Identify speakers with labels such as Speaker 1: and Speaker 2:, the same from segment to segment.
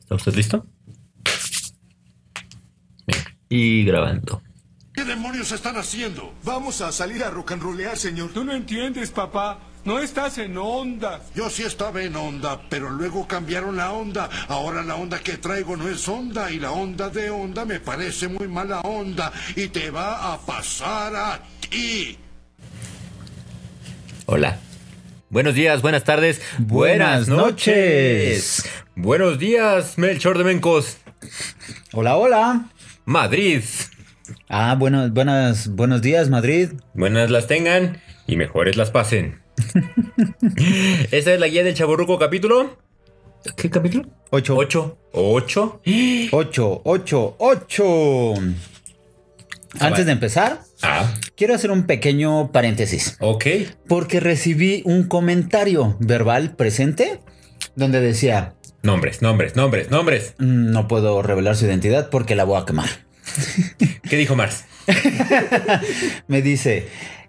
Speaker 1: ¿Está usted listo? Bien. Y grabando.
Speaker 2: ¿Qué demonios están haciendo?
Speaker 3: Vamos a salir a rocanrolear, señor.
Speaker 4: Tú no entiendes, papá. No estás en onda.
Speaker 2: Yo sí estaba en onda, pero luego cambiaron la onda. Ahora la onda que traigo no es onda y la onda de onda me parece muy mala onda y te va a pasar a ti.
Speaker 1: Hola. Buenos días, buenas tardes, buenas,
Speaker 5: Buenas
Speaker 1: noches.
Speaker 5: noches.
Speaker 1: Buenos días, Melchor de Mencos,
Speaker 5: Hola, hola.
Speaker 1: Madrid.
Speaker 5: Ah, bueno, buenas, buenos días, Madrid.
Speaker 1: Buenas las tengan y mejores las pasen. Esta es la guía del Chaborruco capítulo. ¿Qué capítulo?
Speaker 5: 8, 8,
Speaker 1: ¿Ocho? ¿Ocho?
Speaker 5: 8, 8, Antes de empezar,
Speaker 1: Ah,
Speaker 5: quiero hacer un pequeño paréntesis,
Speaker 1: ok.
Speaker 5: porque recibí un comentario verbal presente donde decía,
Speaker 1: Nombres, nombres, nombres, nombres.
Speaker 5: "Mm, no puedo revelar su identidad porque la voy a quemar.
Speaker 1: ¿Qué dijo Mars?
Speaker 5: Me dice,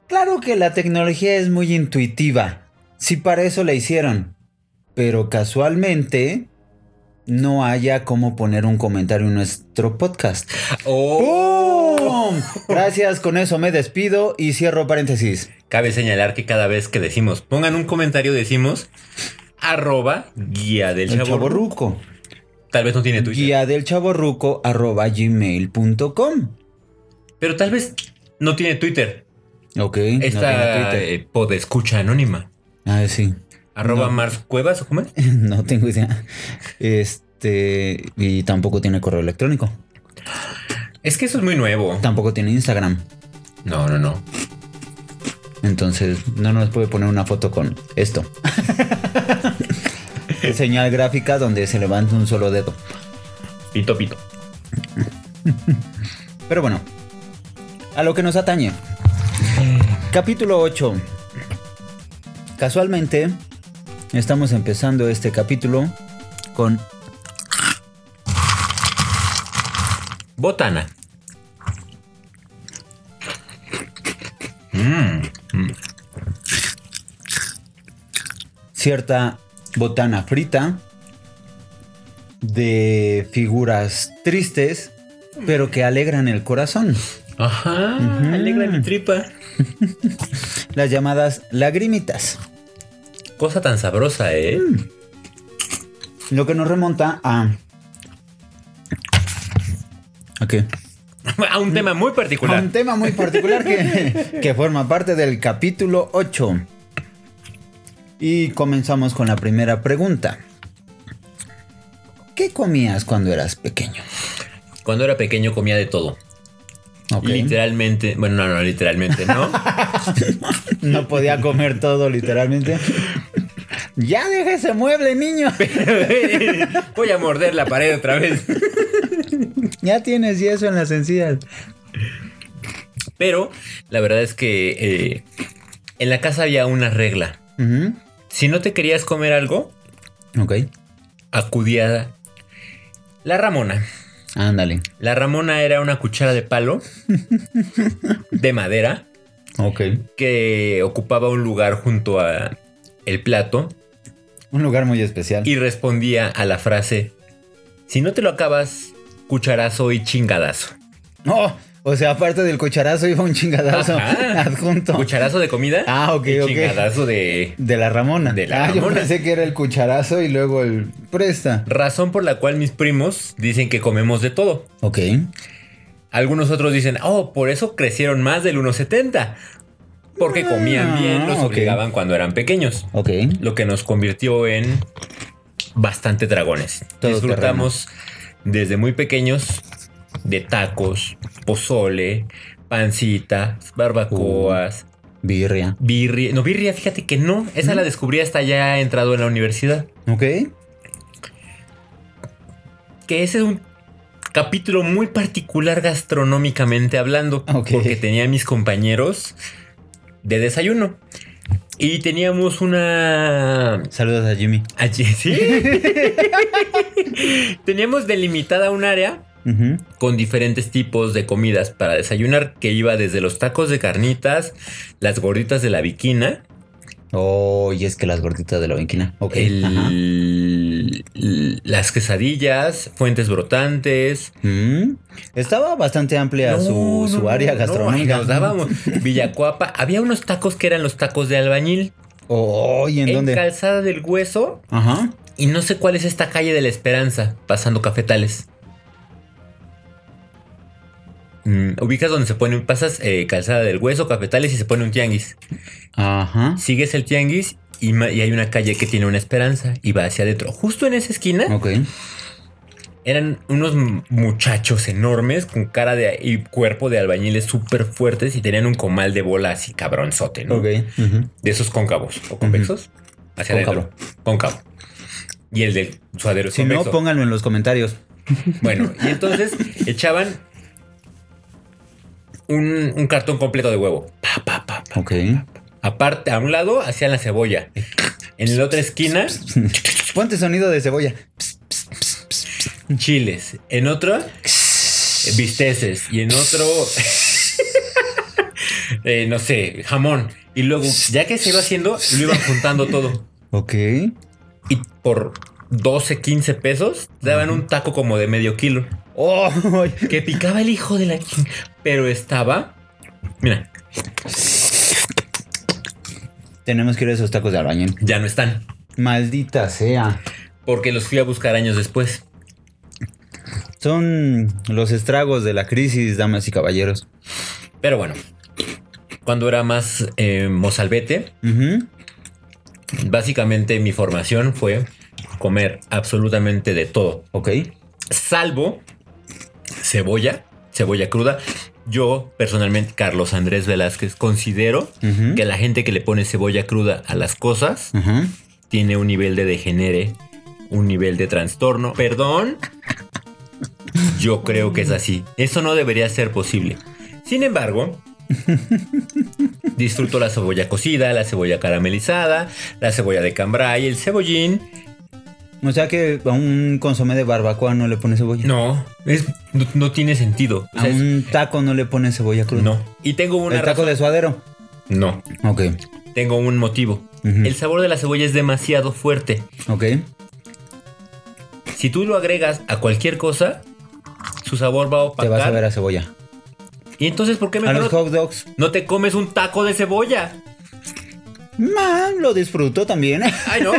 Speaker 5: claro que la tecnología es muy intuitiva, si para eso la hicieron, pero casualmente no haya cómo poner un comentario en nuestro podcast.
Speaker 1: Oh,
Speaker 5: ¡Pum! Gracias, con eso me despido y cierro paréntesis.
Speaker 1: cabe señalar que cada vez que decimos, pongan un comentario, decimos arroba guía del
Speaker 5: El
Speaker 1: Chaborruco.
Speaker 5: chaborruco.
Speaker 1: Tal vez no tiene Twitter.
Speaker 5: Guía del chaborruco arroba gmail.com.
Speaker 1: Pero tal vez no tiene Twitter.
Speaker 5: Ok.
Speaker 1: Esta
Speaker 5: No tengo Twitter.
Speaker 1: eh, podescucha anónima.
Speaker 5: Ah, sí.
Speaker 1: Arroba
Speaker 5: No.
Speaker 1: Mars Cuevas, ¿o cómo es?
Speaker 5: No tengo idea. Este. Y tampoco tiene correo electrónico.
Speaker 1: Es que eso es muy nuevo.
Speaker 5: Tampoco tiene Instagram.
Speaker 1: No, no, no.
Speaker 5: Entonces, no nos puede poner una foto con esto. Señal gráfica donde se levanta un solo dedo.
Speaker 1: Pito, pito.
Speaker 5: Pero bueno, a lo que nos atañe. Capítulo 8. Casualmente, estamos empezando este capítulo con...
Speaker 1: Botana.
Speaker 5: cierta botana frita de figuras tristes, pero que alegran el corazón.
Speaker 1: Ajá. Alegra mi tripa.
Speaker 5: Las llamadas lagrimitas.
Speaker 1: Cosa tan sabrosa, ¿eh?
Speaker 5: Lo que nos remonta a... ¿A qué? Mm.
Speaker 1: A un tema muy
Speaker 5: A
Speaker 1: particular.
Speaker 5: un tema muy particular que, que forma parte del capítulo 8. Y comenzamos con la primera pregunta. ¿Qué comías cuando eras pequeño?
Speaker 1: Cuando era pequeño comía de todo.
Speaker 5: Ok.
Speaker 1: Literalmente. Bueno, no, no, literalmente, ¿no?
Speaker 5: No podía comer todo, literalmente. Ya deja ese mueble, niño.
Speaker 1: Voy a morder la pared otra vez.
Speaker 5: Ya tienes yeso en las encías.
Speaker 1: Pero la verdad es que eh, en la casa había una regla.
Speaker 5: Ujú.
Speaker 1: Si no te querías comer algo,
Speaker 5: Ok.
Speaker 1: acudía a la Ramona.
Speaker 5: Ándale.
Speaker 1: La Ramona era una cuchara de palo de madera
Speaker 5: Ok.
Speaker 1: que ocupaba un lugar junto a el plato
Speaker 5: Un lugar muy especial.
Speaker 1: y respondía a la frase: Si no te lo acabas, cucharazo y chingadazo.
Speaker 5: Oh, o sea, aparte del cucharazo iba un chingadazo
Speaker 1: Ajá.
Speaker 5: adjunto.
Speaker 1: Cucharazo de comida.
Speaker 5: Ah, ok,
Speaker 1: y
Speaker 5: ok.
Speaker 1: Chingadazo de
Speaker 5: de la Ramona.
Speaker 1: De la
Speaker 5: ah,
Speaker 1: Ramona.
Speaker 5: yo pensé que era el cucharazo y luego el presta.
Speaker 1: razón por la cual mis primos dicen que comemos de todo.
Speaker 5: Ok.
Speaker 1: Algunos otros dicen, oh, por eso crecieron más del 1,70. Porque comían
Speaker 5: Ah,
Speaker 1: bien, los
Speaker 5: ok.
Speaker 1: obligaban cuando eran pequeños.
Speaker 5: Ok.
Speaker 1: Lo que nos convirtió en bastante dragones.
Speaker 5: Todo
Speaker 1: Disfrutamos desde muy pequeños de tacos, pozole, pancita, barbacoas,
Speaker 5: Uh. Birria.
Speaker 1: birria. No, birria, fíjate que no. Esa la descubrí hasta ya entrado en la universidad.
Speaker 5: Ok.
Speaker 1: que ese es un capítulo muy particular gastronómicamente hablando,
Speaker 5: Ok.
Speaker 1: porque tenía a mis compañeros de desayuno y teníamos una
Speaker 5: Saludos a Jimmy.
Speaker 1: allí sí. teníamos delimitada un área
Speaker 5: Ujú.
Speaker 1: con diferentes tipos de comidas para desayunar que iba desde los tacos de carnitas, las gorditas de la viquina,
Speaker 5: Oh, y es que las gorditas de la banquina. Ok. Ajá.
Speaker 1: el, el- las quesadillas, fuentes brotantes.
Speaker 5: Mm, Estaba bastante amplia
Speaker 1: No,
Speaker 5: su,
Speaker 1: no,
Speaker 5: su
Speaker 1: no,
Speaker 5: área
Speaker 1: no,
Speaker 5: gastronómica.
Speaker 1: nos dábamos. Villacuapa. Había unos tacos que eran los tacos de albañil.
Speaker 5: Oh, ¿y en,
Speaker 1: en
Speaker 5: dónde?
Speaker 1: Calzada del Hueso.
Speaker 5: Ajá.
Speaker 1: Y no sé cuál es esta calle de la Esperanza, pasando cafetales. Mm, ubicas donde se pone, un- pasas eh, Calzada del Hueso, cafetales y se pone un tianguis.
Speaker 5: Ajá.
Speaker 1: Sigues el tianguis y, ma- y hay una calle que tiene una esperanza y va hacia adentro. Justo en esa esquina
Speaker 5: Ok.
Speaker 1: eran unos m- muchachos enormes con cara de, y cuerpo de albañiles súper fuertes y tenían un comal de bola así cabronzote, ¿no?
Speaker 5: Ok. ujú.
Speaker 1: De esos cóncavos o convexos. Hacia
Speaker 5: Cóncavo.
Speaker 1: adentro. Cóncavo. Y el del suadero es
Speaker 5: Si no,
Speaker 1: convexo.
Speaker 5: pónganlo en los comentarios.
Speaker 1: Bueno, y entonces echaban un, un cartón completo de huevo. Pa, pa, pa, pa.
Speaker 5: Ok.
Speaker 1: Aparte, a un lado hacían la cebolla. En la otra esquina,
Speaker 5: Ponte sonido de cebolla.
Speaker 1: chiles. En otro, eh, bisteces. Y en otro, eh, no sé, jamón. Y luego, ya que se iba haciendo, lo iban juntando todo.
Speaker 5: Ok.
Speaker 1: Y por 12, 15 pesos, te daban un taco como de medio kilo.
Speaker 5: Oh,
Speaker 1: Que picaba el hijo de la ching- Pero estaba. Mira,
Speaker 5: tenemos que ir a esos tacos de albañil.
Speaker 1: ya no están.
Speaker 5: Maldita sea.
Speaker 1: Porque los fui a buscar años después.
Speaker 5: Son los estragos de la crisis, damas y caballeros.
Speaker 1: Pero bueno, cuando era más eh, mozalbete,
Speaker 5: Ujú.
Speaker 1: básicamente mi formación fue comer absolutamente de todo,
Speaker 5: Ok.
Speaker 1: salvo cebolla, cebolla cruda. Yo personalmente, Carlos Andrés Velázquez, considero
Speaker 5: Ujú.
Speaker 1: que la gente que le pone cebolla cruda a las cosas
Speaker 5: Ajá.
Speaker 1: tiene un nivel de degenere, un nivel de trastorno. Perdón. Yo creo que es así. Eso no debería ser posible. Sin embargo, disfruto la cebolla cocida, la cebolla caramelizada, la cebolla de cambray, el cebollín.
Speaker 5: O sea que a un consomé de barbacoa no le pone cebolla.
Speaker 1: No, es- no, no tiene sentido. O
Speaker 5: A
Speaker 1: sea, es-
Speaker 5: un taco no le pone cebolla cruda.
Speaker 1: no. Y tengo una
Speaker 5: Ah, El taco
Speaker 1: razón.
Speaker 5: de suadero.
Speaker 1: No,
Speaker 5: Ok.
Speaker 1: tengo un motivo.
Speaker 5: Ujú.
Speaker 1: El sabor de la cebolla es demasiado fuerte.
Speaker 5: Ok.
Speaker 1: Si tú lo agregas a cualquier cosa, su sabor va a
Speaker 5: Te vas a
Speaker 1: opacar.
Speaker 5: ver a cebolla.
Speaker 1: Y entonces, ¿por qué
Speaker 5: A
Speaker 1: mejor
Speaker 5: los
Speaker 1: no-
Speaker 5: hot dogs.
Speaker 1: No te comes un taco de cebolla.
Speaker 5: Man, lo disfruto también.
Speaker 1: Ay, no.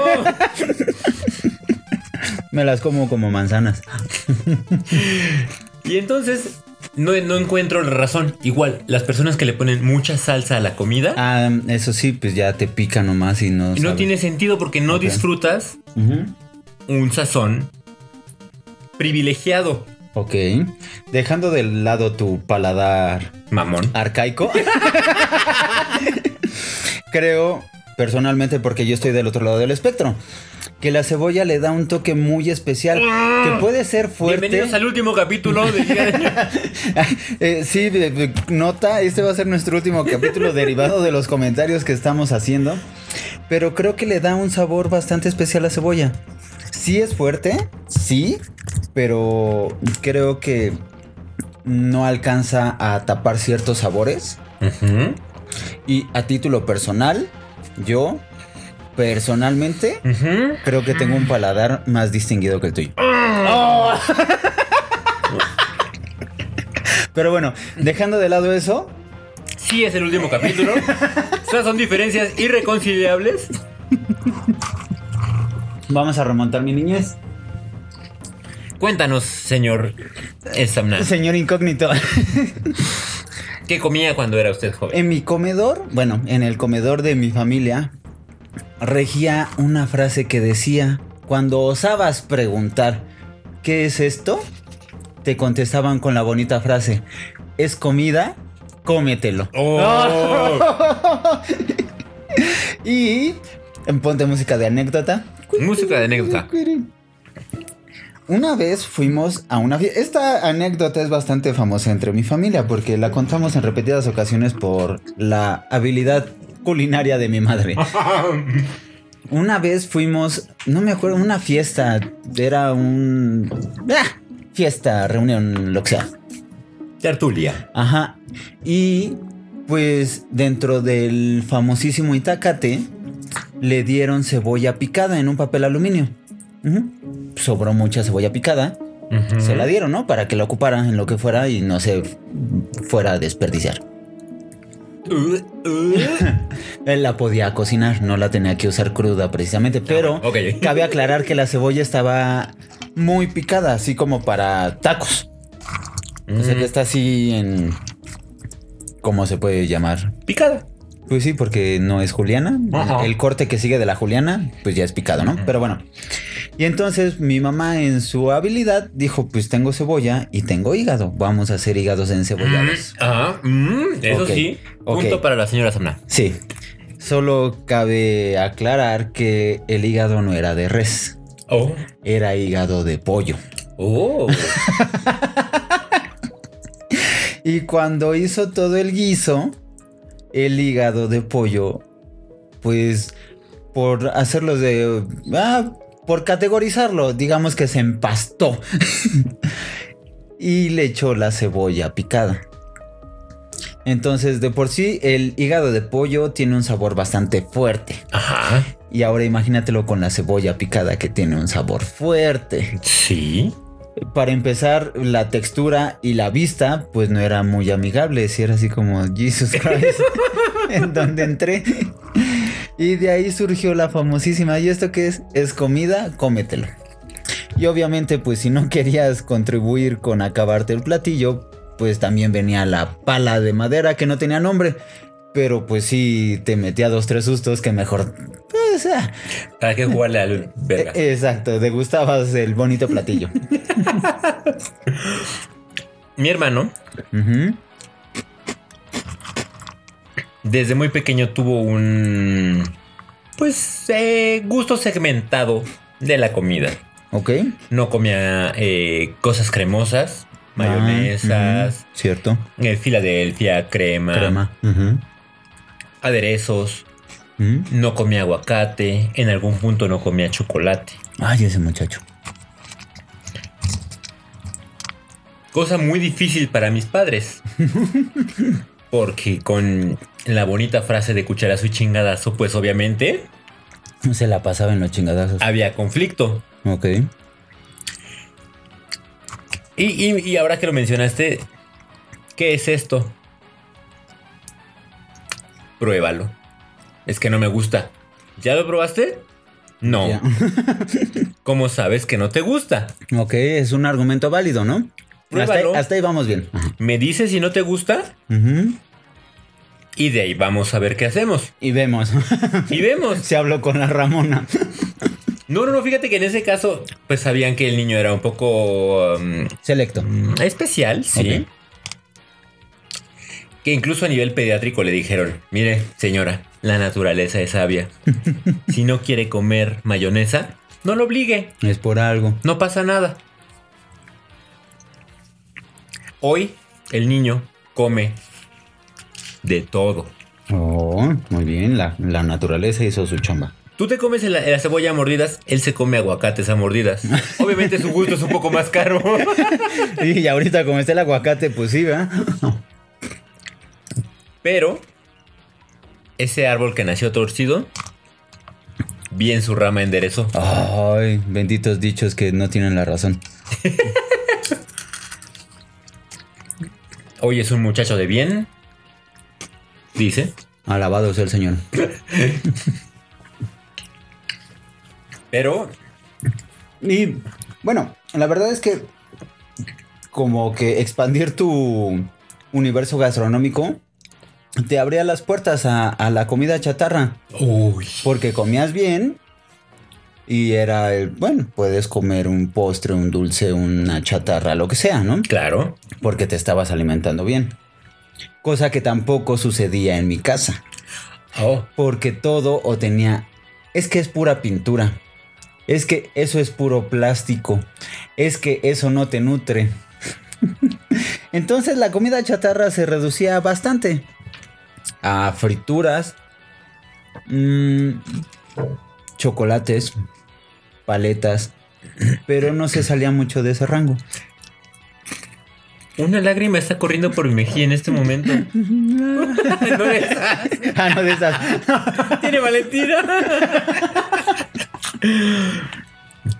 Speaker 5: Me las como como manzanas.
Speaker 1: Y entonces no, no encuentro la razón. Igual, las personas que le ponen mucha salsa a la comida
Speaker 5: Ah, eso sí, pues ya te pica nomás y no.
Speaker 1: no
Speaker 5: sabe.
Speaker 1: tiene sentido porque no
Speaker 5: Ok.
Speaker 1: disfrutas
Speaker 5: Ujú.
Speaker 1: un sazón privilegiado,
Speaker 5: Ok. Dejando de lado tu paladar
Speaker 1: mamón.
Speaker 5: arcaico. Creo, personalmente, porque yo estoy del otro lado del espectro, que la cebolla le da un toque muy especial que puede ser fuerte.
Speaker 1: Bienvenidos al último capítulo de Liga de-
Speaker 5: Eh, sí, de- de- nota, este va a ser nuestro último capítulo derivado de los comentarios que estamos haciendo. Pero creo que le da un sabor bastante especial a cebolla. Sí es fuerte, sí, pero creo que no alcanza a tapar ciertos sabores.
Speaker 1: Ujú,
Speaker 5: Y a título personal, yo personalmente
Speaker 1: ujú.
Speaker 5: creo que tengo un paladar más distinguido que el tuyo. Pero bueno, dejando de lado eso,
Speaker 1: Sí, es el último capítulo. Esas son diferencias irreconciliables.
Speaker 5: Vamos a remontar mi niñez.
Speaker 1: Cuéntanos, señor Samna,
Speaker 5: Señor incógnito.
Speaker 1: ¿qué comía cuando era usted joven?
Speaker 5: En mi comedor, bueno, en el comedor de mi familia, regía una frase que decía, cuando osabas preguntar, ¿qué es esto? Te contestaban con la bonita frase, es comida, cómetelo.
Speaker 1: Oh.
Speaker 5: Y ponte música de anécdota.
Speaker 1: Música de anécdota.
Speaker 5: Una vez fuimos a una fiesta. Esta anécdota es bastante famosa entre mi familia porque la contamos en repetidas ocasiones por la habilidad culinaria de mi madre. Una vez fuimos, no me acuerdo, una fiesta. Era un. ¡Ah! Fiesta, reunión, lo que sea.
Speaker 1: Tertulia.
Speaker 5: Ajá. Y pues dentro del famosísimo Itacate le dieron cebolla picada en un papel aluminio. Ujú. Sobró mucha cebolla picada.
Speaker 1: Ujú.
Speaker 5: Se la dieron, ¿no? Para que la ocuparan en lo que fuera y no se fuera a desperdiciar.
Speaker 1: Uh, uh.
Speaker 5: Él la podía cocinar, no la tenía que usar cruda precisamente, pero
Speaker 1: bueno, Ah, ok.
Speaker 5: cabe aclarar que la cebolla estaba muy picada, así como para tacos. O sea que
Speaker 1: Mm.
Speaker 5: está así en... ¿Cómo se puede llamar?
Speaker 1: Picada.
Speaker 5: Pues sí, porque no es Juliana.
Speaker 1: Ajá.
Speaker 5: El corte que sigue de la Juliana, pues ya es picado, ¿no? Pero bueno. Y entonces mi mamá en su habilidad dijo, pues tengo cebolla y tengo hígado. Vamos a hacer hígados
Speaker 1: Pues
Speaker 5: encebollados.
Speaker 1: Ajá. mm, eso
Speaker 5: Ok,
Speaker 1: sí.
Speaker 5: ok.
Speaker 1: Punto para la señora Samna.
Speaker 5: Sí. Solo cabe aclarar que el hígado no era de res,
Speaker 1: Oh.
Speaker 5: era hígado de pollo.
Speaker 1: Oh.
Speaker 5: Y cuando hizo todo el guiso, el hígado de pollo, pues por hacerlo de... ah, por categorizarlo, digamos que se empastó. y le echó la cebolla picada. Entonces, de por sí, el hígado de pollo tiene un sabor bastante fuerte.
Speaker 1: Ajá.
Speaker 5: Y ahora imagínatelo con la cebolla picada que tiene un sabor fuerte.
Speaker 1: Sí.
Speaker 5: Para empezar, la textura y la vista, pues no era muy amigable. Si era así como Jesus Christ, en donde entré. Y de ahí surgió la famosísima. ¿Y esto qué es? Es comida, cómetelo. Y obviamente, pues si no querías contribuir con acabarte el platillo, pues también venía la pala de madera que no tenía nombre. Pero pues sí, te metía dos, tres sustos que mejor. Pues, ah,
Speaker 1: Para que jugarle al verga.
Speaker 5: eh, Exacto, degustabas el bonito platillo.
Speaker 1: Mi hermano,
Speaker 5: Ujú.
Speaker 1: desde muy pequeño tuvo un. Pues. eh, gusto segmentado de la comida.
Speaker 5: Ok.
Speaker 1: No comía eh, cosas cremosas, mayonesas,
Speaker 5: Ah, ujú, Cierto.
Speaker 1: eh, Filadelfia, crema,
Speaker 5: Crema. Ujú.
Speaker 1: aderezos.
Speaker 5: Mm.
Speaker 1: No comía aguacate. En algún punto no comía chocolate.
Speaker 5: Ay, ese muchacho.
Speaker 1: Cosa muy difícil para mis padres. Porque con la bonita frase de cucharazo y chingadazo, pues obviamente
Speaker 5: Se la pasaba en los chingadazos.
Speaker 1: había conflicto.
Speaker 5: Ok.
Speaker 1: Y, y- y ahora que lo mencionaste, ¿qué es esto? Pruébalo. Es que no me gusta. ¿Ya lo probaste? No.
Speaker 5: Ya.
Speaker 1: ¿Cómo sabes que no te gusta?
Speaker 5: Ok, es un argumento válido, ¿no? Hasta ahí,
Speaker 1: Pruébalo.
Speaker 5: hasta ahí vamos bien. Ajá.
Speaker 1: Me dices si no te gusta
Speaker 5: Ujú.
Speaker 1: y de ahí vamos a ver qué hacemos.
Speaker 5: Y vemos.
Speaker 1: Y vemos.
Speaker 5: Se habló con la Ramona.
Speaker 1: No, no, no, fíjate que en ese caso, pues sabían que el niño era un poco um,
Speaker 5: Selecto.
Speaker 1: especial, sí.
Speaker 5: Ok.
Speaker 1: Que incluso a nivel pediátrico le dijeron, mire, señora, la naturaleza es sabia. si no quiere comer mayonesa, no lo obligue,
Speaker 5: Es por algo.
Speaker 1: no pasa nada. Hoy el niño come de todo.
Speaker 5: Oh, muy bien. La, la naturaleza hizo su chamba.
Speaker 1: Tú te comes la, la cebolla a mordidas, él se come aguacates a mordidas. Obviamente su gusto es un poco más caro.
Speaker 5: Y ahorita, como está el aguacate, pues sí, ¿verdad?
Speaker 1: Pero ese árbol que nació torcido, bien su rama enderezó.
Speaker 5: Ay, benditos dichos que no tienen la razón.
Speaker 1: Hoy es un muchacho de bien, dice,
Speaker 5: Alabado sea el Señor.
Speaker 1: pero
Speaker 5: Y bueno, la verdad es que como que expandir tu universo gastronómico te abría las puertas a, a la comida chatarra.
Speaker 1: uy,
Speaker 5: Porque comías bien y era el, bueno, puedes comer un postre, un dulce, una chatarra, lo que sea, ¿no?
Speaker 1: claro,
Speaker 5: Porque te estabas alimentando bien. Cosa que tampoco sucedía en mi casa.
Speaker 1: oh,
Speaker 5: Porque todo o tenía... Es que es pura pintura. Es que eso es puro plástico. Es que eso no te nutre. Entonces la comida chatarra se reducía bastante. A frituras. mm, chocolates. Paletas. Pero no se salía mucho de ese rango.
Speaker 1: una lágrima está corriendo por mi mejilla en este momento. No le-
Speaker 5: Ah, no, de esas.
Speaker 1: Tiene Valentina.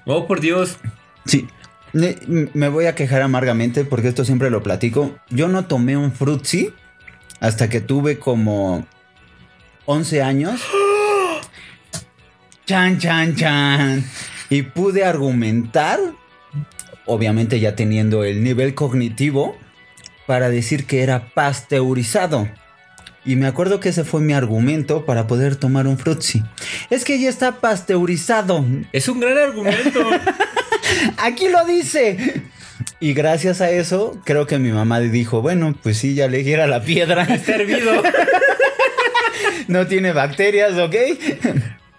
Speaker 1: Oh, por Dios.
Speaker 5: Sí. Ne- m- Me voy a quejar amargamente porque esto siempre lo platico. Yo no tomé un frutzi hasta que tuve como 11 años. Chan, chan, chan. Y pude argumentar, obviamente ya teniendo el nivel cognitivo, para decir que era pasteurizado. Y me acuerdo que ese fue mi argumento para poder tomar un frutzi. Es que ya está pasteurizado.
Speaker 1: Es un gran argumento.
Speaker 5: Aquí lo dice. Y gracias a eso, creo que mi mamá dijo, bueno, pues sí, ya le gira la piedra.
Speaker 1: Está hervido.
Speaker 5: No tiene bacterias, ¿ok?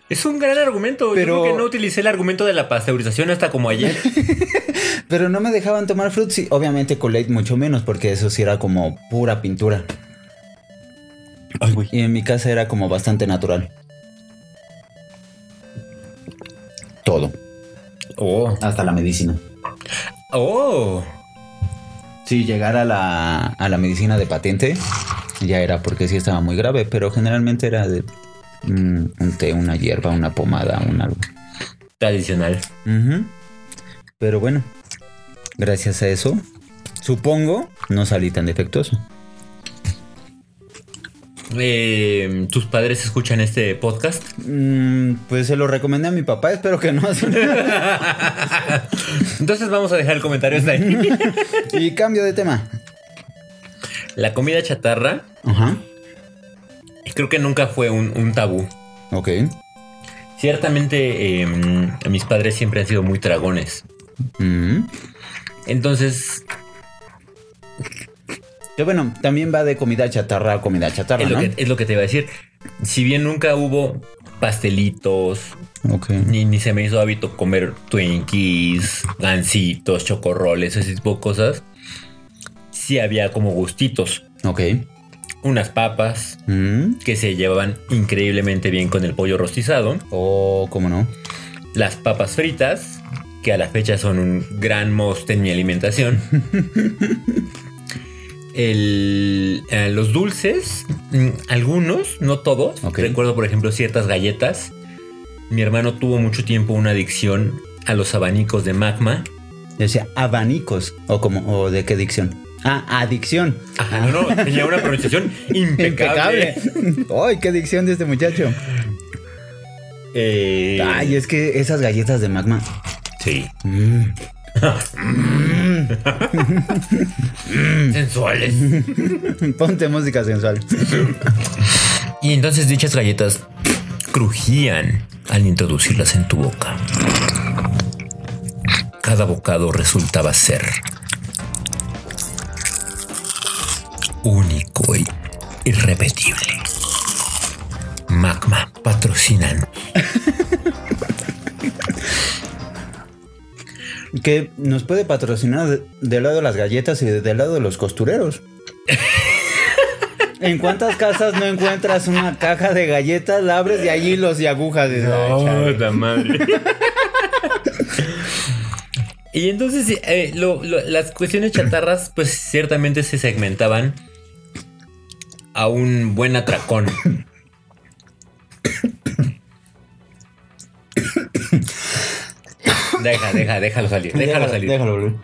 Speaker 1: Es un gran argumento.
Speaker 5: Pero-
Speaker 1: Yo creo que no utilicé el argumento de la pasteurización hasta como ayer.
Speaker 5: Pero no me dejaban tomar frutzi. Obviamente Colate mucho menos, porque eso sí era como pura pintura. Y en mi casa era como bastante natural. Todo.
Speaker 1: Oh.
Speaker 5: Hasta la medicina.
Speaker 1: Oh.
Speaker 5: Si llegara a la, a la medicina de patente, ya era porque sí estaba muy grave, pero generalmente era de mm, un té, una hierba, una pomada, un algo.
Speaker 1: Tradicional.
Speaker 5: Ujú. Pero bueno, gracias a eso, supongo, no salí tan defectuoso.
Speaker 1: Eh, ¿Tus padres escuchan este podcast?
Speaker 5: Mm, pues se lo recomendé a mi papá, espero que no.
Speaker 1: Entonces vamos a dejar el comentario hasta ahí.
Speaker 5: y cambio de tema.
Speaker 1: La comida chatarra
Speaker 5: Ajá.
Speaker 1: creo que nunca fue un, un tabú.
Speaker 5: Ok.
Speaker 1: Ciertamente eh, mis padres siempre han sido muy dragones.
Speaker 5: Mm.
Speaker 1: Entonces
Speaker 5: Que bueno, también va de comida chatarra a comida chatarra,
Speaker 1: es lo,
Speaker 5: ¿no?
Speaker 1: que, es lo que te iba a decir. Si bien nunca hubo pastelitos,
Speaker 5: Ok.
Speaker 1: ni, ni se me hizo hábito comer Twinkies, gancitos, chocorroles, ese tipo de cosas, sí había como gustitos.
Speaker 5: Ok.
Speaker 1: Unas papas
Speaker 5: Mm.
Speaker 1: que se llevaban increíblemente bien con el pollo rostizado.
Speaker 5: Oh, cómo no.
Speaker 1: las papas fritas, que a la fecha son un gran most en mi alimentación. El, eh, los dulces, mm, algunos, no todos.
Speaker 5: Ok.
Speaker 1: Recuerdo, por ejemplo, ciertas galletas. Mi hermano tuvo mucho tiempo una adicción a los abanicos de magma.
Speaker 5: Yo decía abanicos. O como, o de qué dicción. Ah, adicción.
Speaker 1: Ajá, no, no, tenía una pronunciación impecable.
Speaker 5: Ay, qué dicción de este muchacho.
Speaker 1: Eh,
Speaker 5: Ay, es que esas galletas de magma.
Speaker 1: sí.
Speaker 5: Mm.
Speaker 1: Mm. Sensuales.
Speaker 5: Ponte música sensual.
Speaker 1: Y entonces dichas galletas crujían al introducirlas en tu boca. Cada bocado resultaba ser único e irrepetible. Magma patrocinan.
Speaker 5: Que nos puede patrocinar de- del lado de las galletas y de- del lado de los costureros. ¿En cuántas casas no encuentras una caja de galletas? La abres de allí los y agujas. Dices, "Ay, chale".
Speaker 1: madre. Y entonces eh, lo- lo- las cuestiones chatarras pues ciertamente se segmentaban a un buen atracón. Deja, deja, déjalo salir, déjalo salir.
Speaker 5: Déjalo, bro.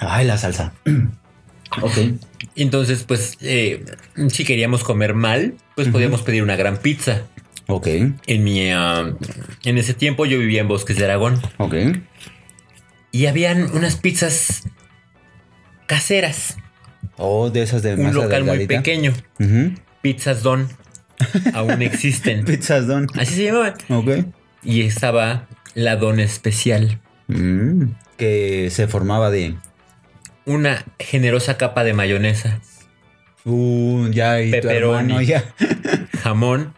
Speaker 5: Ay, la salsa. ok.
Speaker 1: Entonces pues eh, si queríamos comer mal pues podíamos pedir una gran pizza.
Speaker 5: Ok.
Speaker 1: En mi ah, en ese tiempo yo vivía en Bosques de Aragón.
Speaker 5: Ok.
Speaker 1: y habían unas pizzas caseras,
Speaker 5: Oh, de esas de
Speaker 1: un
Speaker 5: masa
Speaker 1: local muy
Speaker 5: delgadita.
Speaker 1: pequeño,
Speaker 5: Ujú.
Speaker 1: Pizzas Don, aún existen.
Speaker 5: Pizzas Don.
Speaker 1: Así se llamaban.
Speaker 5: Ok.
Speaker 1: Y estaba la Don especial,
Speaker 5: Mm, que se formaba de.
Speaker 1: una generosa capa de mayonesa,
Speaker 5: Uh, ya, y tu
Speaker 1: Pepperoni.
Speaker 5: hermano ya.
Speaker 1: jamón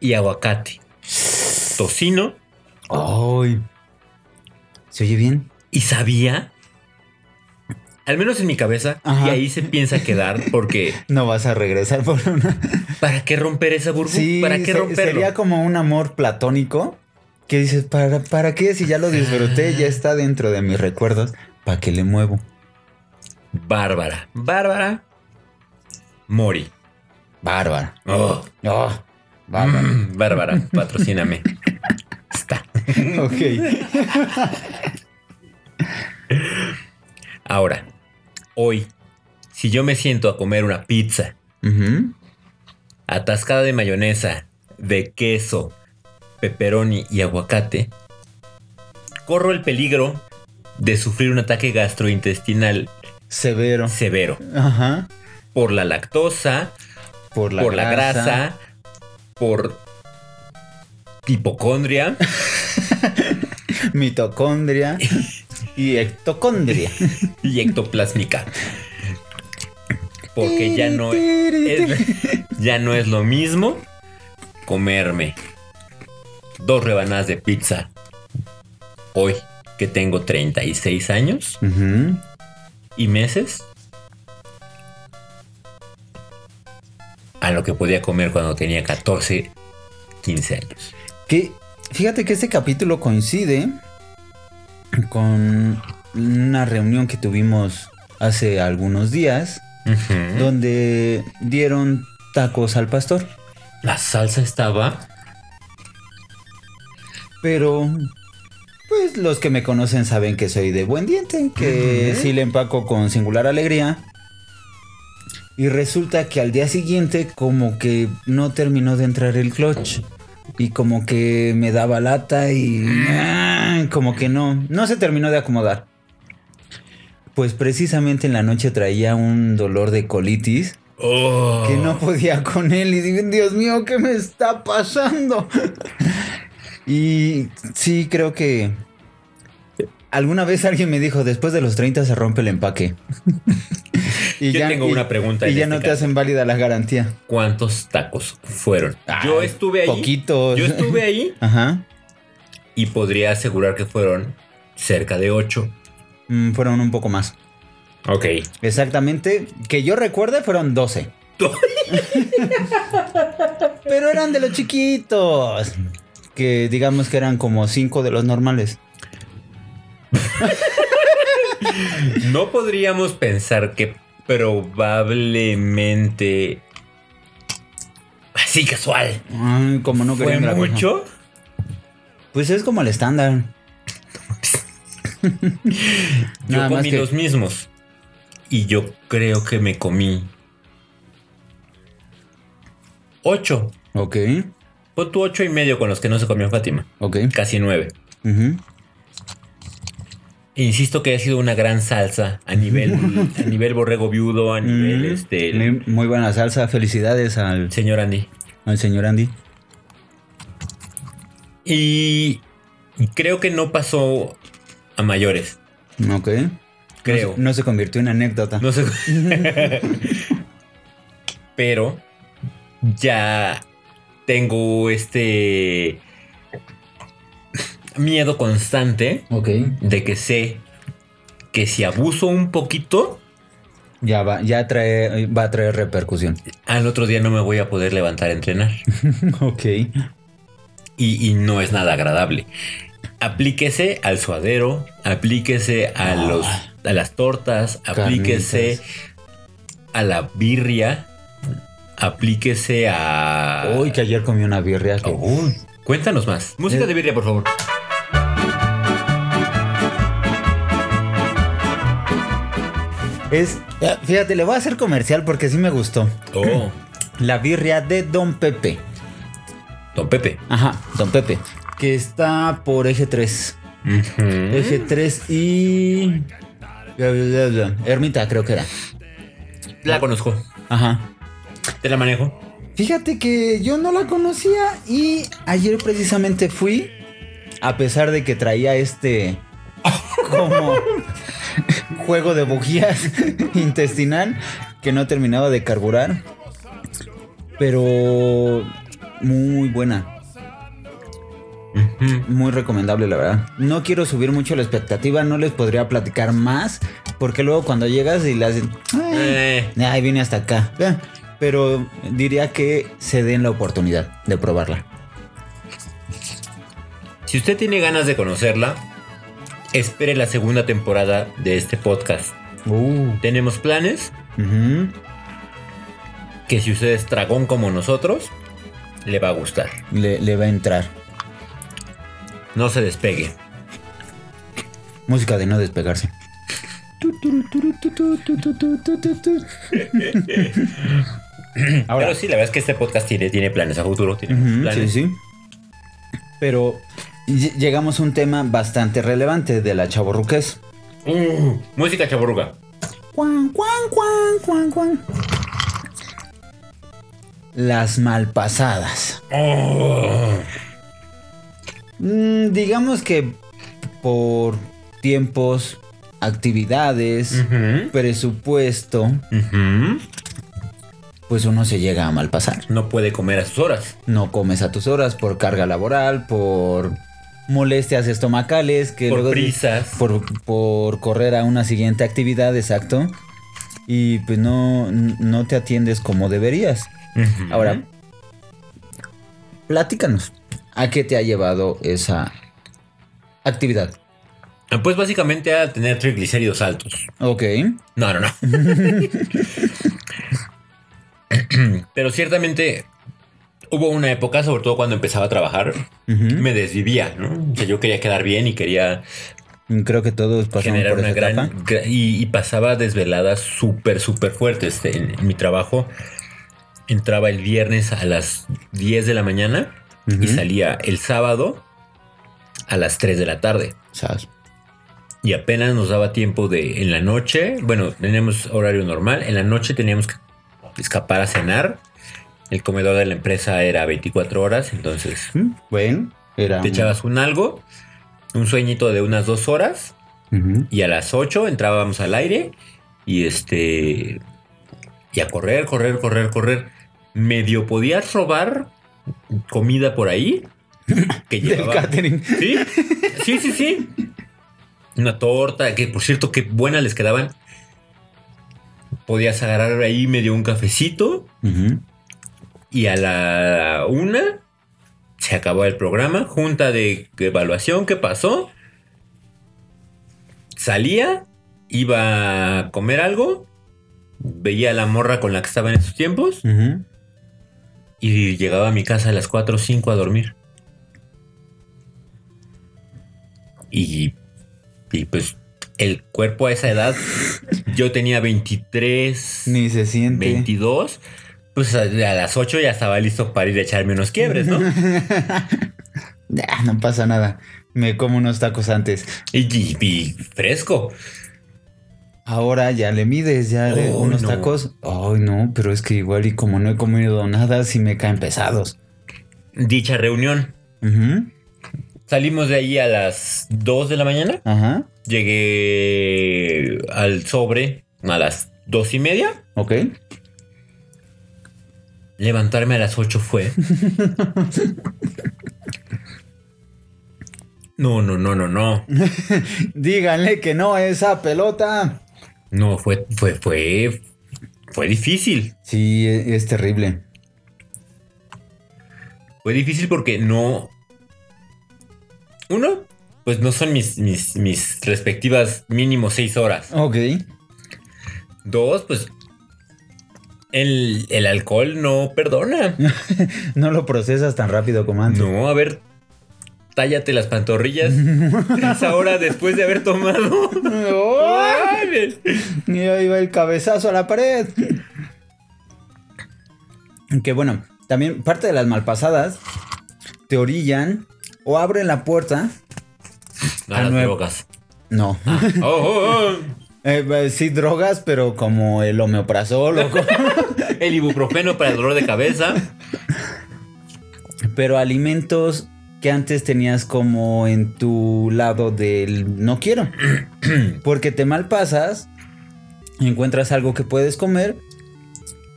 Speaker 1: y aguacate, tocino
Speaker 5: Ay. ¿Se oye bien?
Speaker 1: y sabía, al menos en mi cabeza,
Speaker 5: Ajá.
Speaker 1: y ahí se piensa quedar porque
Speaker 5: No vas a regresar por una.
Speaker 1: ¿para qué romper esa burbuja? ¿Para qué
Speaker 5: se-
Speaker 1: romperlo?
Speaker 5: sería como un amor platónico que dices, ¿para, ¿para qué? Si ya lo disfruté, ya está dentro de mis recuerdos. ¿Para qué le muevo?
Speaker 1: Bárbara, Bárbara Mori.
Speaker 5: Bárbara.
Speaker 1: Oh.
Speaker 5: Oh, bárbara.
Speaker 1: Mm, Bárbara, patrocíname. Está.
Speaker 5: ok.
Speaker 1: Ahora, hoy, si yo me siento a comer una pizza
Speaker 5: Ujú.
Speaker 1: atascada de mayonesa, de queso, pepperoni y aguacate, corro el peligro de sufrir un ataque gastrointestinal
Speaker 5: Severo.
Speaker 1: severo
Speaker 5: Ajá.
Speaker 1: por la lactosa,
Speaker 5: Por la
Speaker 1: por
Speaker 5: grasa.
Speaker 1: la grasa, por hipocondria
Speaker 5: Mitocondria. y ectocondria.
Speaker 1: y ectoplásmica. Porque ya no es, ya no es lo mismo comerme dos rebanadas de pizza hoy que tengo 36 años
Speaker 5: Ujú.
Speaker 1: y meses a lo que podía comer cuando tenía 14, 15 años.
Speaker 5: Que fíjate que este capítulo coincide con una reunión que tuvimos hace algunos días
Speaker 1: Ujú.
Speaker 5: donde dieron tacos al pastor,
Speaker 1: La salsa estaba
Speaker 5: pero pues los que me conocen saben que soy de buen diente, que sí le empaco con singular alegría. Y resulta que al día siguiente como que no terminó de entrar el clutch. Y como que me daba lata y ah, como que no, no se terminó de acomodar. Pues precisamente en la noche traía un dolor de colitis
Speaker 1: Oh.
Speaker 5: que no podía con él y dije, Dios mío, ¿qué me está pasando? y sí, creo que alguna vez alguien me dijo, después de los 30 se rompe el empaque. y
Speaker 1: Yo tengo una pregunta
Speaker 5: Y
Speaker 1: en
Speaker 5: ya
Speaker 1: este
Speaker 5: no te
Speaker 1: caso.
Speaker 5: hacen válida la garantía.
Speaker 1: cuántos tacos fueron. yo
Speaker 5: Ay,
Speaker 1: estuve ahí.
Speaker 5: Poquitos.
Speaker 1: Yo estuve ahí
Speaker 5: Ajá.
Speaker 1: y podría asegurar que fueron cerca de ocho.
Speaker 5: Mm, fueron un poco más.
Speaker 1: Ok.
Speaker 5: Exactamente. Que yo recuerde fueron 12. Pero eran de los chiquitos. Que digamos que eran como 5 de los normales.
Speaker 1: No podríamos pensar que probablemente así casual
Speaker 5: Ay, como no
Speaker 1: fue
Speaker 5: querían grabar.
Speaker 1: mucho.
Speaker 5: Pues es como el estándar. Nada
Speaker 1: Yo
Speaker 5: más
Speaker 1: comí
Speaker 5: que-
Speaker 1: los mismos y yo creo que me comí ocho.
Speaker 5: Ok,
Speaker 1: Fue tu ocho y medio con los que no se comió Fátima.
Speaker 5: ok.
Speaker 1: Casi nueve. E
Speaker 5: Ujú.
Speaker 1: Insisto que ha sido una gran salsa a nivel, a nivel borrego viudo, a nivel
Speaker 5: Mm,
Speaker 1: este el
Speaker 5: muy- Muy buena salsa. Felicidades al,
Speaker 1: señor Andy.
Speaker 5: al señor Andy.
Speaker 1: Y creo que no pasó a mayores.
Speaker 5: Ok.
Speaker 1: Creo.
Speaker 5: No, se- no se convirtió en anécdota.
Speaker 1: No sé. Pero ya tengo este miedo constante
Speaker 5: Ok.
Speaker 1: de que sé que si abuso un poquito,
Speaker 5: Ya va, ya trae, va a traer repercusión.
Speaker 1: al otro día no me voy a poder levantar a entrenar.
Speaker 5: Ok.
Speaker 1: y, y no es nada agradable. Aplíquese al suadero, aplíquese a, los, a las tortas, aplíquese a la birria, aplíquese a...
Speaker 5: Uy, que ayer comí una birria. que-
Speaker 1: Ah. Uy, cuéntanos más. Música de birria, por favor.
Speaker 5: Es, eh, fíjate, le voy a hacer comercial porque sí me gustó.
Speaker 1: Oh,
Speaker 5: La birria de Don Pepe.
Speaker 1: don Pepe.
Speaker 5: Ajá, Don Pepe. Que está por eje 3. Eje 3 y. bla, bla, bla, bla. Ermita, creo que era.
Speaker 1: La conozco,
Speaker 5: Ajá.
Speaker 1: te la manejo.
Speaker 5: Fíjate que yo no la conocía y ayer precisamente fui, a pesar de que traía este. como. juego de bujías intestinal que no terminaba de carburar. Pero. muy buena.
Speaker 1: Ujú.
Speaker 5: Muy recomendable, la verdad. No quiero subir mucho la expectativa, no les podría platicar más, porque luego cuando llegas y le hacen, ay,
Speaker 1: Eh,
Speaker 5: ay, vine hasta acá. Eh, Pero diría que se den la oportunidad de probarla.
Speaker 1: si usted tiene ganas de conocerla, espere la segunda temporada de este podcast. Tenemos planes
Speaker 5: Ujú.
Speaker 1: que si usted es dragón como nosotros, le va a gustar.
Speaker 5: le, le va a entrar.
Speaker 1: No se despegue.
Speaker 5: Música de no despegarse. Ahora,
Speaker 1: Pero sí, la verdad es que este podcast tiene, tiene planes a futuro. Tiene
Speaker 5: Ujú, sí,
Speaker 1: planes.
Speaker 5: sí. Pero ll- llegamos a un tema bastante relevante de la chavorruquez.
Speaker 1: Uh, música chaburruca.
Speaker 5: Cuan, cuan, cuan, cuan, cuan. Las malpasadas. Oh. Mm, digamos que por tiempos, actividades, presupuesto, pues uno se llega a malpasar.
Speaker 1: No puede comer a sus horas.
Speaker 5: No comes a tus horas por carga laboral, por molestias estomacales, que
Speaker 1: por
Speaker 5: luego
Speaker 1: prisas.
Speaker 5: por, por correr a una siguiente actividad, exacto. Y pues no, no te atiendes como deberías.
Speaker 1: Ujú.
Speaker 5: Ahora, platícanos. ¿A qué te ha llevado esa actividad?
Speaker 1: Pues básicamente a tener triglicéridos altos.
Speaker 5: Ok.
Speaker 1: No, no, no. Pero ciertamente hubo una época, sobre todo cuando empezaba a trabajar,
Speaker 5: Ujú.
Speaker 1: me desvivía, ¿no? O sea, yo quería quedar bien y quería
Speaker 5: Creo que todos pasamos
Speaker 1: generar
Speaker 5: por
Speaker 1: una
Speaker 5: esa
Speaker 1: gran...
Speaker 5: etapa.
Speaker 1: gra- y, y pasaba desveladas súper, súper fuertes en, en mi trabajo. Entraba el viernes a las 10 de la mañana y
Speaker 5: Ujú.
Speaker 1: salía el sábado a las 3 de la tarde.
Speaker 5: ¿Sabes?
Speaker 1: y apenas nos daba tiempo de en la noche, bueno, teníamos horario normal, en la noche teníamos que escapar a cenar. El comedor de la empresa era 24 horas, entonces
Speaker 5: Mm, Bueno, era.
Speaker 1: te
Speaker 5: un-
Speaker 1: echabas un algo, un sueñito de unas dos horas
Speaker 5: Ujú.
Speaker 1: y a las 8 entrábamos al aire y este y a correr, correr, correr, correr. Medio podías robar comida por ahí que
Speaker 5: Del
Speaker 1: llevaba
Speaker 5: catering.
Speaker 1: Sí, sí, sí, sí. Una torta, que por cierto, qué buenas les quedaban. Podías agarrar ahí medio un cafecito
Speaker 5: Ujú.
Speaker 1: y a la una se acabó el programa, junta de evaluación, ¿qué pasó? Salía, iba a comer algo, veía a la morra con la que estaba en esos tiempos
Speaker 5: Ujú.
Speaker 1: y llegaba a mi casa a las 4 o 5 a dormir. Y, y, pues el cuerpo a esa edad, yo tenía 23,
Speaker 5: Ni se siente.
Speaker 1: 22, pues a, a las 8 ya estaba listo para ir a echarme unos quiebres, ¿no?
Speaker 5: Ah, no pasa nada. Me como unos tacos antes.
Speaker 1: Y, y- y fresco.
Speaker 5: Ahora ya le mides, ya de
Speaker 1: Oh,
Speaker 5: unos
Speaker 1: no.
Speaker 5: tacos. Ay, no, pero es que igual y como no he comido nada, sí me caen pesados.
Speaker 1: Dicha reunión.
Speaker 5: Ujú,
Speaker 1: Salimos de ahí a las 2 de la mañana.
Speaker 5: Ajá.
Speaker 1: Llegué al sobre a las 2 y media.
Speaker 5: Ok.
Speaker 1: Levantarme a las 8 fue. No, no, no, no, no.
Speaker 5: Díganle que no a esa pelota.
Speaker 1: No, fue, fue, fue, fue difícil.
Speaker 5: Sí, e- es, terrible.
Speaker 1: Fue difícil porque no. Uno, pues no son mis, mis, mis respectivas mínimo 6 horas.
Speaker 5: Ok.
Speaker 1: Dos, pues. El, el alcohol no perdona.
Speaker 5: No lo procesas tan rápido como antes.
Speaker 1: No, a ver. Tállate las pantorrillas. Tres horas después de haber tomado.
Speaker 5: ¡Ay! Y ahí va el cabezazo a la pared. Que bueno, también parte de las malpasadas te orillan o abren la puerta.
Speaker 1: No,
Speaker 5: A
Speaker 1: las
Speaker 5: nueve.
Speaker 1: drogas.
Speaker 5: No.
Speaker 1: Oh, oh,
Speaker 5: Eh, eh, sí, drogas, pero como el homeoprazol. o co-
Speaker 1: oh. El ibuprofeno para el dolor de cabeza.
Speaker 5: pero alimentos que antes tenías como en tu lado del no quiero. Porque te malpasas, encuentras algo que puedes comer.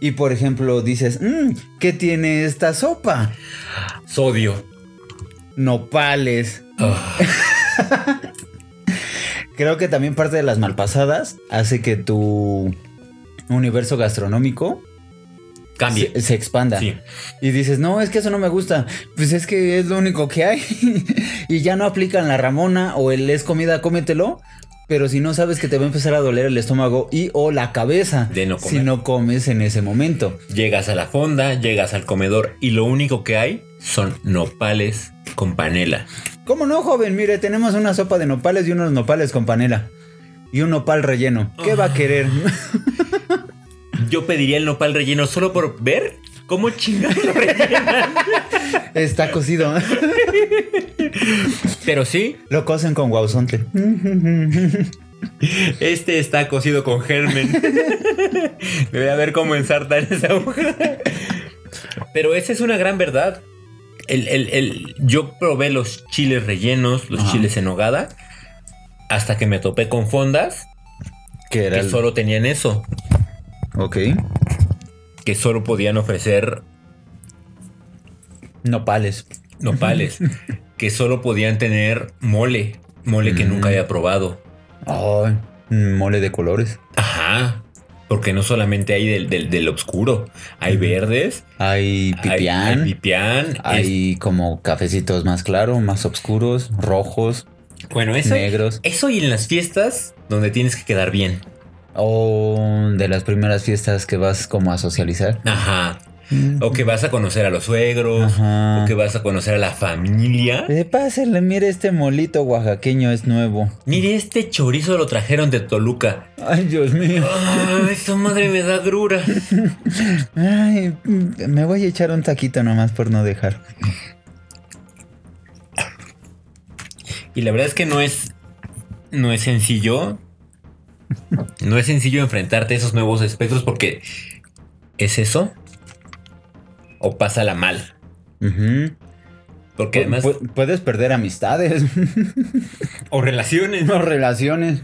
Speaker 5: Y por ejemplo dices, "Mm, ¿qué tiene esta sopa?
Speaker 1: Sodio.
Speaker 5: Nopales.
Speaker 1: Ah,
Speaker 5: Creo que también parte de las malpasadas hace que tu universo gastronómico
Speaker 1: cambie.
Speaker 5: se, se expanda.
Speaker 1: Sí.
Speaker 5: Y dices, no, es que eso no me gusta. Pues es que es lo único que hay. y ya no aplican la Ramona o el es comida, cómetelo. Pero si no sabes que te va a empezar a doler el estómago y o la cabeza
Speaker 1: De no comer.
Speaker 5: si no comes en ese momento.
Speaker 1: Llegas a la fonda, llegas al comedor y lo único que hay son nopales con panela.
Speaker 5: ¿Cómo no, joven? Mire, tenemos una sopa de nopales y unos nopales con panela. Y un nopal relleno. ¿Qué va a querer?
Speaker 1: Yo pediría el nopal relleno solo por ver cómo chingados lo rellenan.
Speaker 5: Está cocido.
Speaker 1: Pero sí,
Speaker 5: Lo cocen con guauzonte.
Speaker 1: este está cocido con germen. Debe haber cómo ensartar esa hoja. Pero esa es una gran verdad. El, el- el- yo probé los chiles rellenos, los chiles en hogada, hasta que me topé con fondas
Speaker 5: Que
Speaker 1: que solo tenían eso.
Speaker 5: Ok.
Speaker 1: que solo podían ofrecer
Speaker 5: Nopales.
Speaker 1: nopales, que solo podían tener mole, mole que
Speaker 5: Mm.
Speaker 1: nunca había probado.
Speaker 5: Ay, mole de colores.
Speaker 1: Ajá, porque no solamente hay del, del, del oscuro, hay verdes,
Speaker 5: Hay
Speaker 1: hay-
Speaker 5: pipián.
Speaker 1: hay,
Speaker 5: Hay,
Speaker 1: pipián, es-
Speaker 5: como cafecitos más claros, más oscuros, rojos,
Speaker 1: bueno, eso,
Speaker 5: negros.
Speaker 1: eso y en las fiestas donde tienes que quedar bien.
Speaker 5: O de las primeras fiestas que vas como a socializar.
Speaker 1: Ajá, o que vas a conocer a los suegros,
Speaker 5: Ajá.
Speaker 1: o que vas a conocer a la familia.
Speaker 5: Eh, pásenle, mire este molito oaxaqueño, es nuevo.
Speaker 1: Mire, este chorizo lo trajeron de Toluca.
Speaker 5: Ay, Dios mío.
Speaker 1: Ay, esa madre me da grura.
Speaker 5: Ay, mm, me voy a echar un taquito nomás por no dejar.
Speaker 1: Y la verdad es que no es. No es sencillo. No es sencillo enfrentarte a esos nuevos espectros porque. ¿Es eso? ¿O pásala mal?
Speaker 5: Ujú.
Speaker 1: Porque además.
Speaker 5: Pu- puedes perder amistades
Speaker 1: pues, o relaciones.
Speaker 5: o relaciones.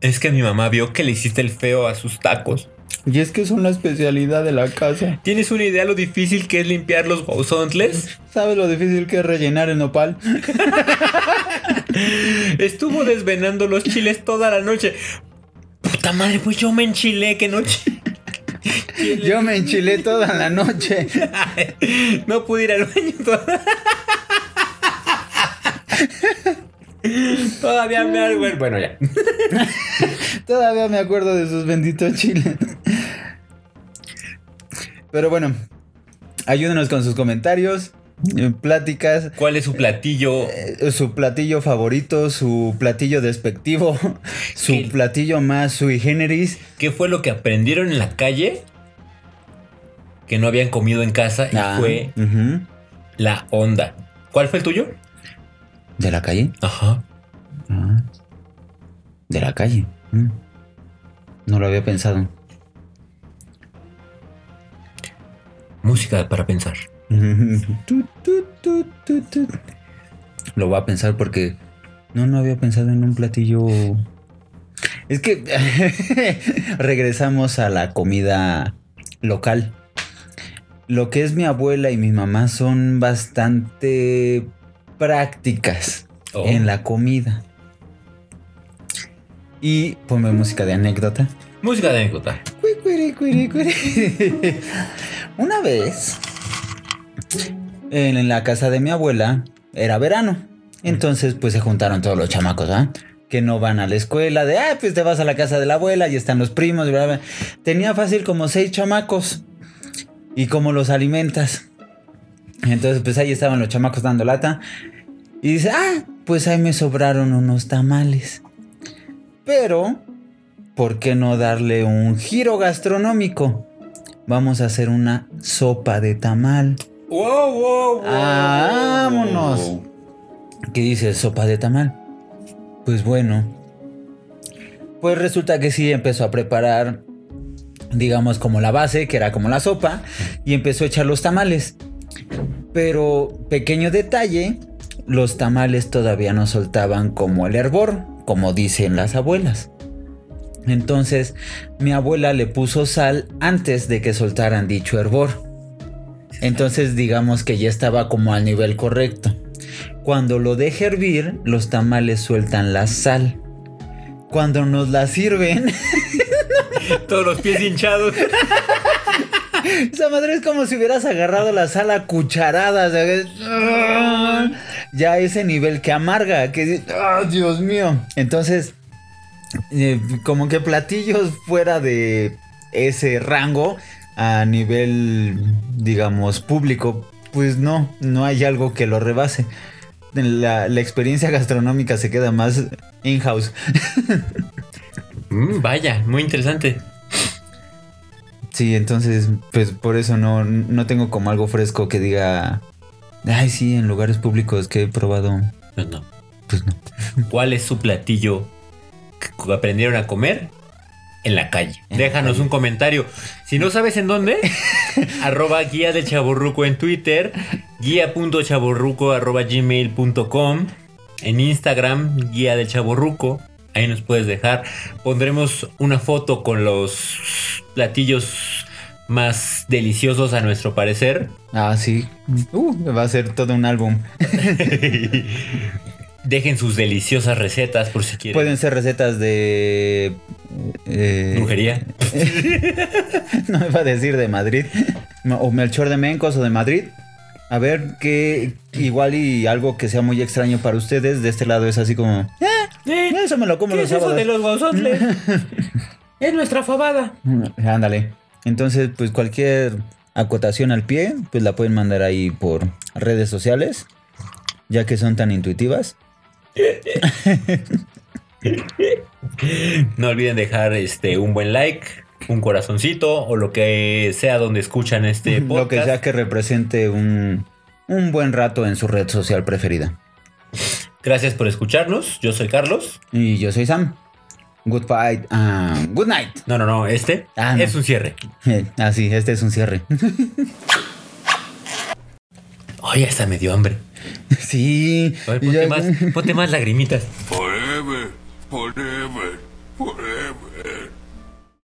Speaker 1: Es que mi mamá vio que le hiciste el feo a sus tacos.
Speaker 5: Y es que son la especialidad de la casa.
Speaker 1: ¿Tienes una idea lo difícil que es limpiar los bauzontles?
Speaker 5: ¿Sabes lo difícil que es rellenar el nopal?
Speaker 1: Estuvo desvenando los chiles toda la noche. Puta madre, pues yo me enchilé, qué noche.
Speaker 5: Yo me enchilé toda la noche.
Speaker 1: No pude ir al baño toda- Todavía me algo. Bueno, ya.
Speaker 5: Todavía me acuerdo de sus benditos chiles. Pero bueno, ayúdenos con sus comentarios, eh, pláticas,
Speaker 1: ¿Cuál es su platillo?
Speaker 5: eh, su platillo favorito, su platillo despectivo, su
Speaker 1: ¿Qué?
Speaker 5: platillo más sui generis.
Speaker 1: ¿Qué fue lo que aprendieron en la calle que no habían comido en casa y
Speaker 5: Ah,
Speaker 1: fue
Speaker 5: ujú.
Speaker 1: la onda? ¿Cuál fue el tuyo?
Speaker 5: ¿De la calle?
Speaker 1: Ajá.
Speaker 5: Ah, De la calle. Mm. No lo había pensado.
Speaker 1: Música para pensar.
Speaker 5: Tu, tu, tu, tu, tu. Lo voy a pensar porque no, no había pensado en un platillo. Es que regresamos a la comida local. Lo que es mi abuela y mi mamá son bastante prácticas
Speaker 1: Oh.
Speaker 5: en la comida. Y ponme música de anécdota.
Speaker 1: Música de anécdota.
Speaker 5: Cuí, cuiri, cuiri, cuiri. Una vez, en, en la casa de mi abuela, era verano. Entonces, pues se juntaron todos los chamacos, ¿ah? Que no van a la escuela, de, ah, pues te vas a la casa de la abuela y están los primos, bla, bla". Tenía fácil como seis chamacos. ¿Y cómo los alimentas? Entonces, pues ahí estaban los chamacos dando lata. Y dice, ah, pues ahí me sobraron unos tamales. Pero ¿por qué no darle un giro gastronómico? Vamos a hacer una sopa de tamal.
Speaker 1: Wow, wow, wow.
Speaker 5: Ah, vámonos. ¿Qué dice sopa de tamal? Pues bueno. Pues resulta que sí empezó a preparar, digamos, como la base, que era como la sopa, y empezó a echar los tamales. Pero, pequeño detalle, los tamales todavía no soltaban como el hervor, como dicen las abuelas. Entonces, mi abuela le puso sal antes de que soltaran dicho hervor. Entonces, digamos que ya estaba como al nivel correcto. Cuando lo deje hervir, los tamales sueltan la sal. Cuando nos la sirven,
Speaker 1: Todos los pies hinchados.
Speaker 5: esa madre es como si hubieras agarrado la sal a cucharadas. ¿sabes? Ajá. Ya ese nivel que amarga, que ¡Ah, Dios mío. Entonces, eh, como que platillos fuera de ese rango a nivel, digamos, público, pues no, no hay algo que lo rebase. La, la experiencia gastronómica se queda más in-house.
Speaker 1: Mm, vaya, muy interesante.
Speaker 5: Sí, entonces, pues por eso no, no tengo como algo fresco que diga, ay, sí, en lugares públicos que he probado.
Speaker 1: Pues no.
Speaker 5: Pues no.
Speaker 1: ¿Cuál es su platillo que aprendieron a comer en la calle.
Speaker 5: En la
Speaker 1: Déjanos
Speaker 5: calle.
Speaker 1: un comentario. Si no sabes en dónde, arroba guía del chaborruco en Twitter, guía.chaborruco arroba gmail.com, en Instagram, guía del chaborruco. Ahí nos puedes dejar. Pondremos una foto con los platillos más deliciosos a nuestro parecer.
Speaker 5: Ah, sí. Uh, va a ser todo un álbum.
Speaker 1: Dejen sus deliciosas recetas por si quieren.
Speaker 5: Pueden ser recetas de... eh,
Speaker 1: Brujería.
Speaker 5: No iba a decir de Madrid. No, O Melchor de Mencos o de Madrid. A ver qué igual y algo que sea muy extraño para ustedes. De este lado es así como... "Eh,
Speaker 1: Eh,
Speaker 5: eso me lo como los sábados.
Speaker 1: los guauzotles? es nuestra fabada.
Speaker 5: Mm, Ándale. Entonces, pues cualquier acotación al pie, pues la pueden mandar ahí por redes sociales, ya que son tan intuitivas.
Speaker 1: No olviden dejar este un buen like, un corazoncito o lo que sea donde escuchan este podcast.
Speaker 5: Lo que sea que represente un, un buen rato en su red social preferida.
Speaker 1: Gracias por escucharnos. Yo soy Carlos.
Speaker 5: Y yo soy Sam. Goodbye. ah, good night.
Speaker 1: No, no, no, este
Speaker 5: Ah, no.
Speaker 1: es un cierre.
Speaker 5: Eh, Ah, sí, este es un cierre.
Speaker 1: Ay, hasta me dio hambre.
Speaker 5: sí.
Speaker 1: A ver,
Speaker 5: y
Speaker 1: ponte,
Speaker 5: yo-
Speaker 1: más, ponte más lagrimitas.
Speaker 2: Forever, forever.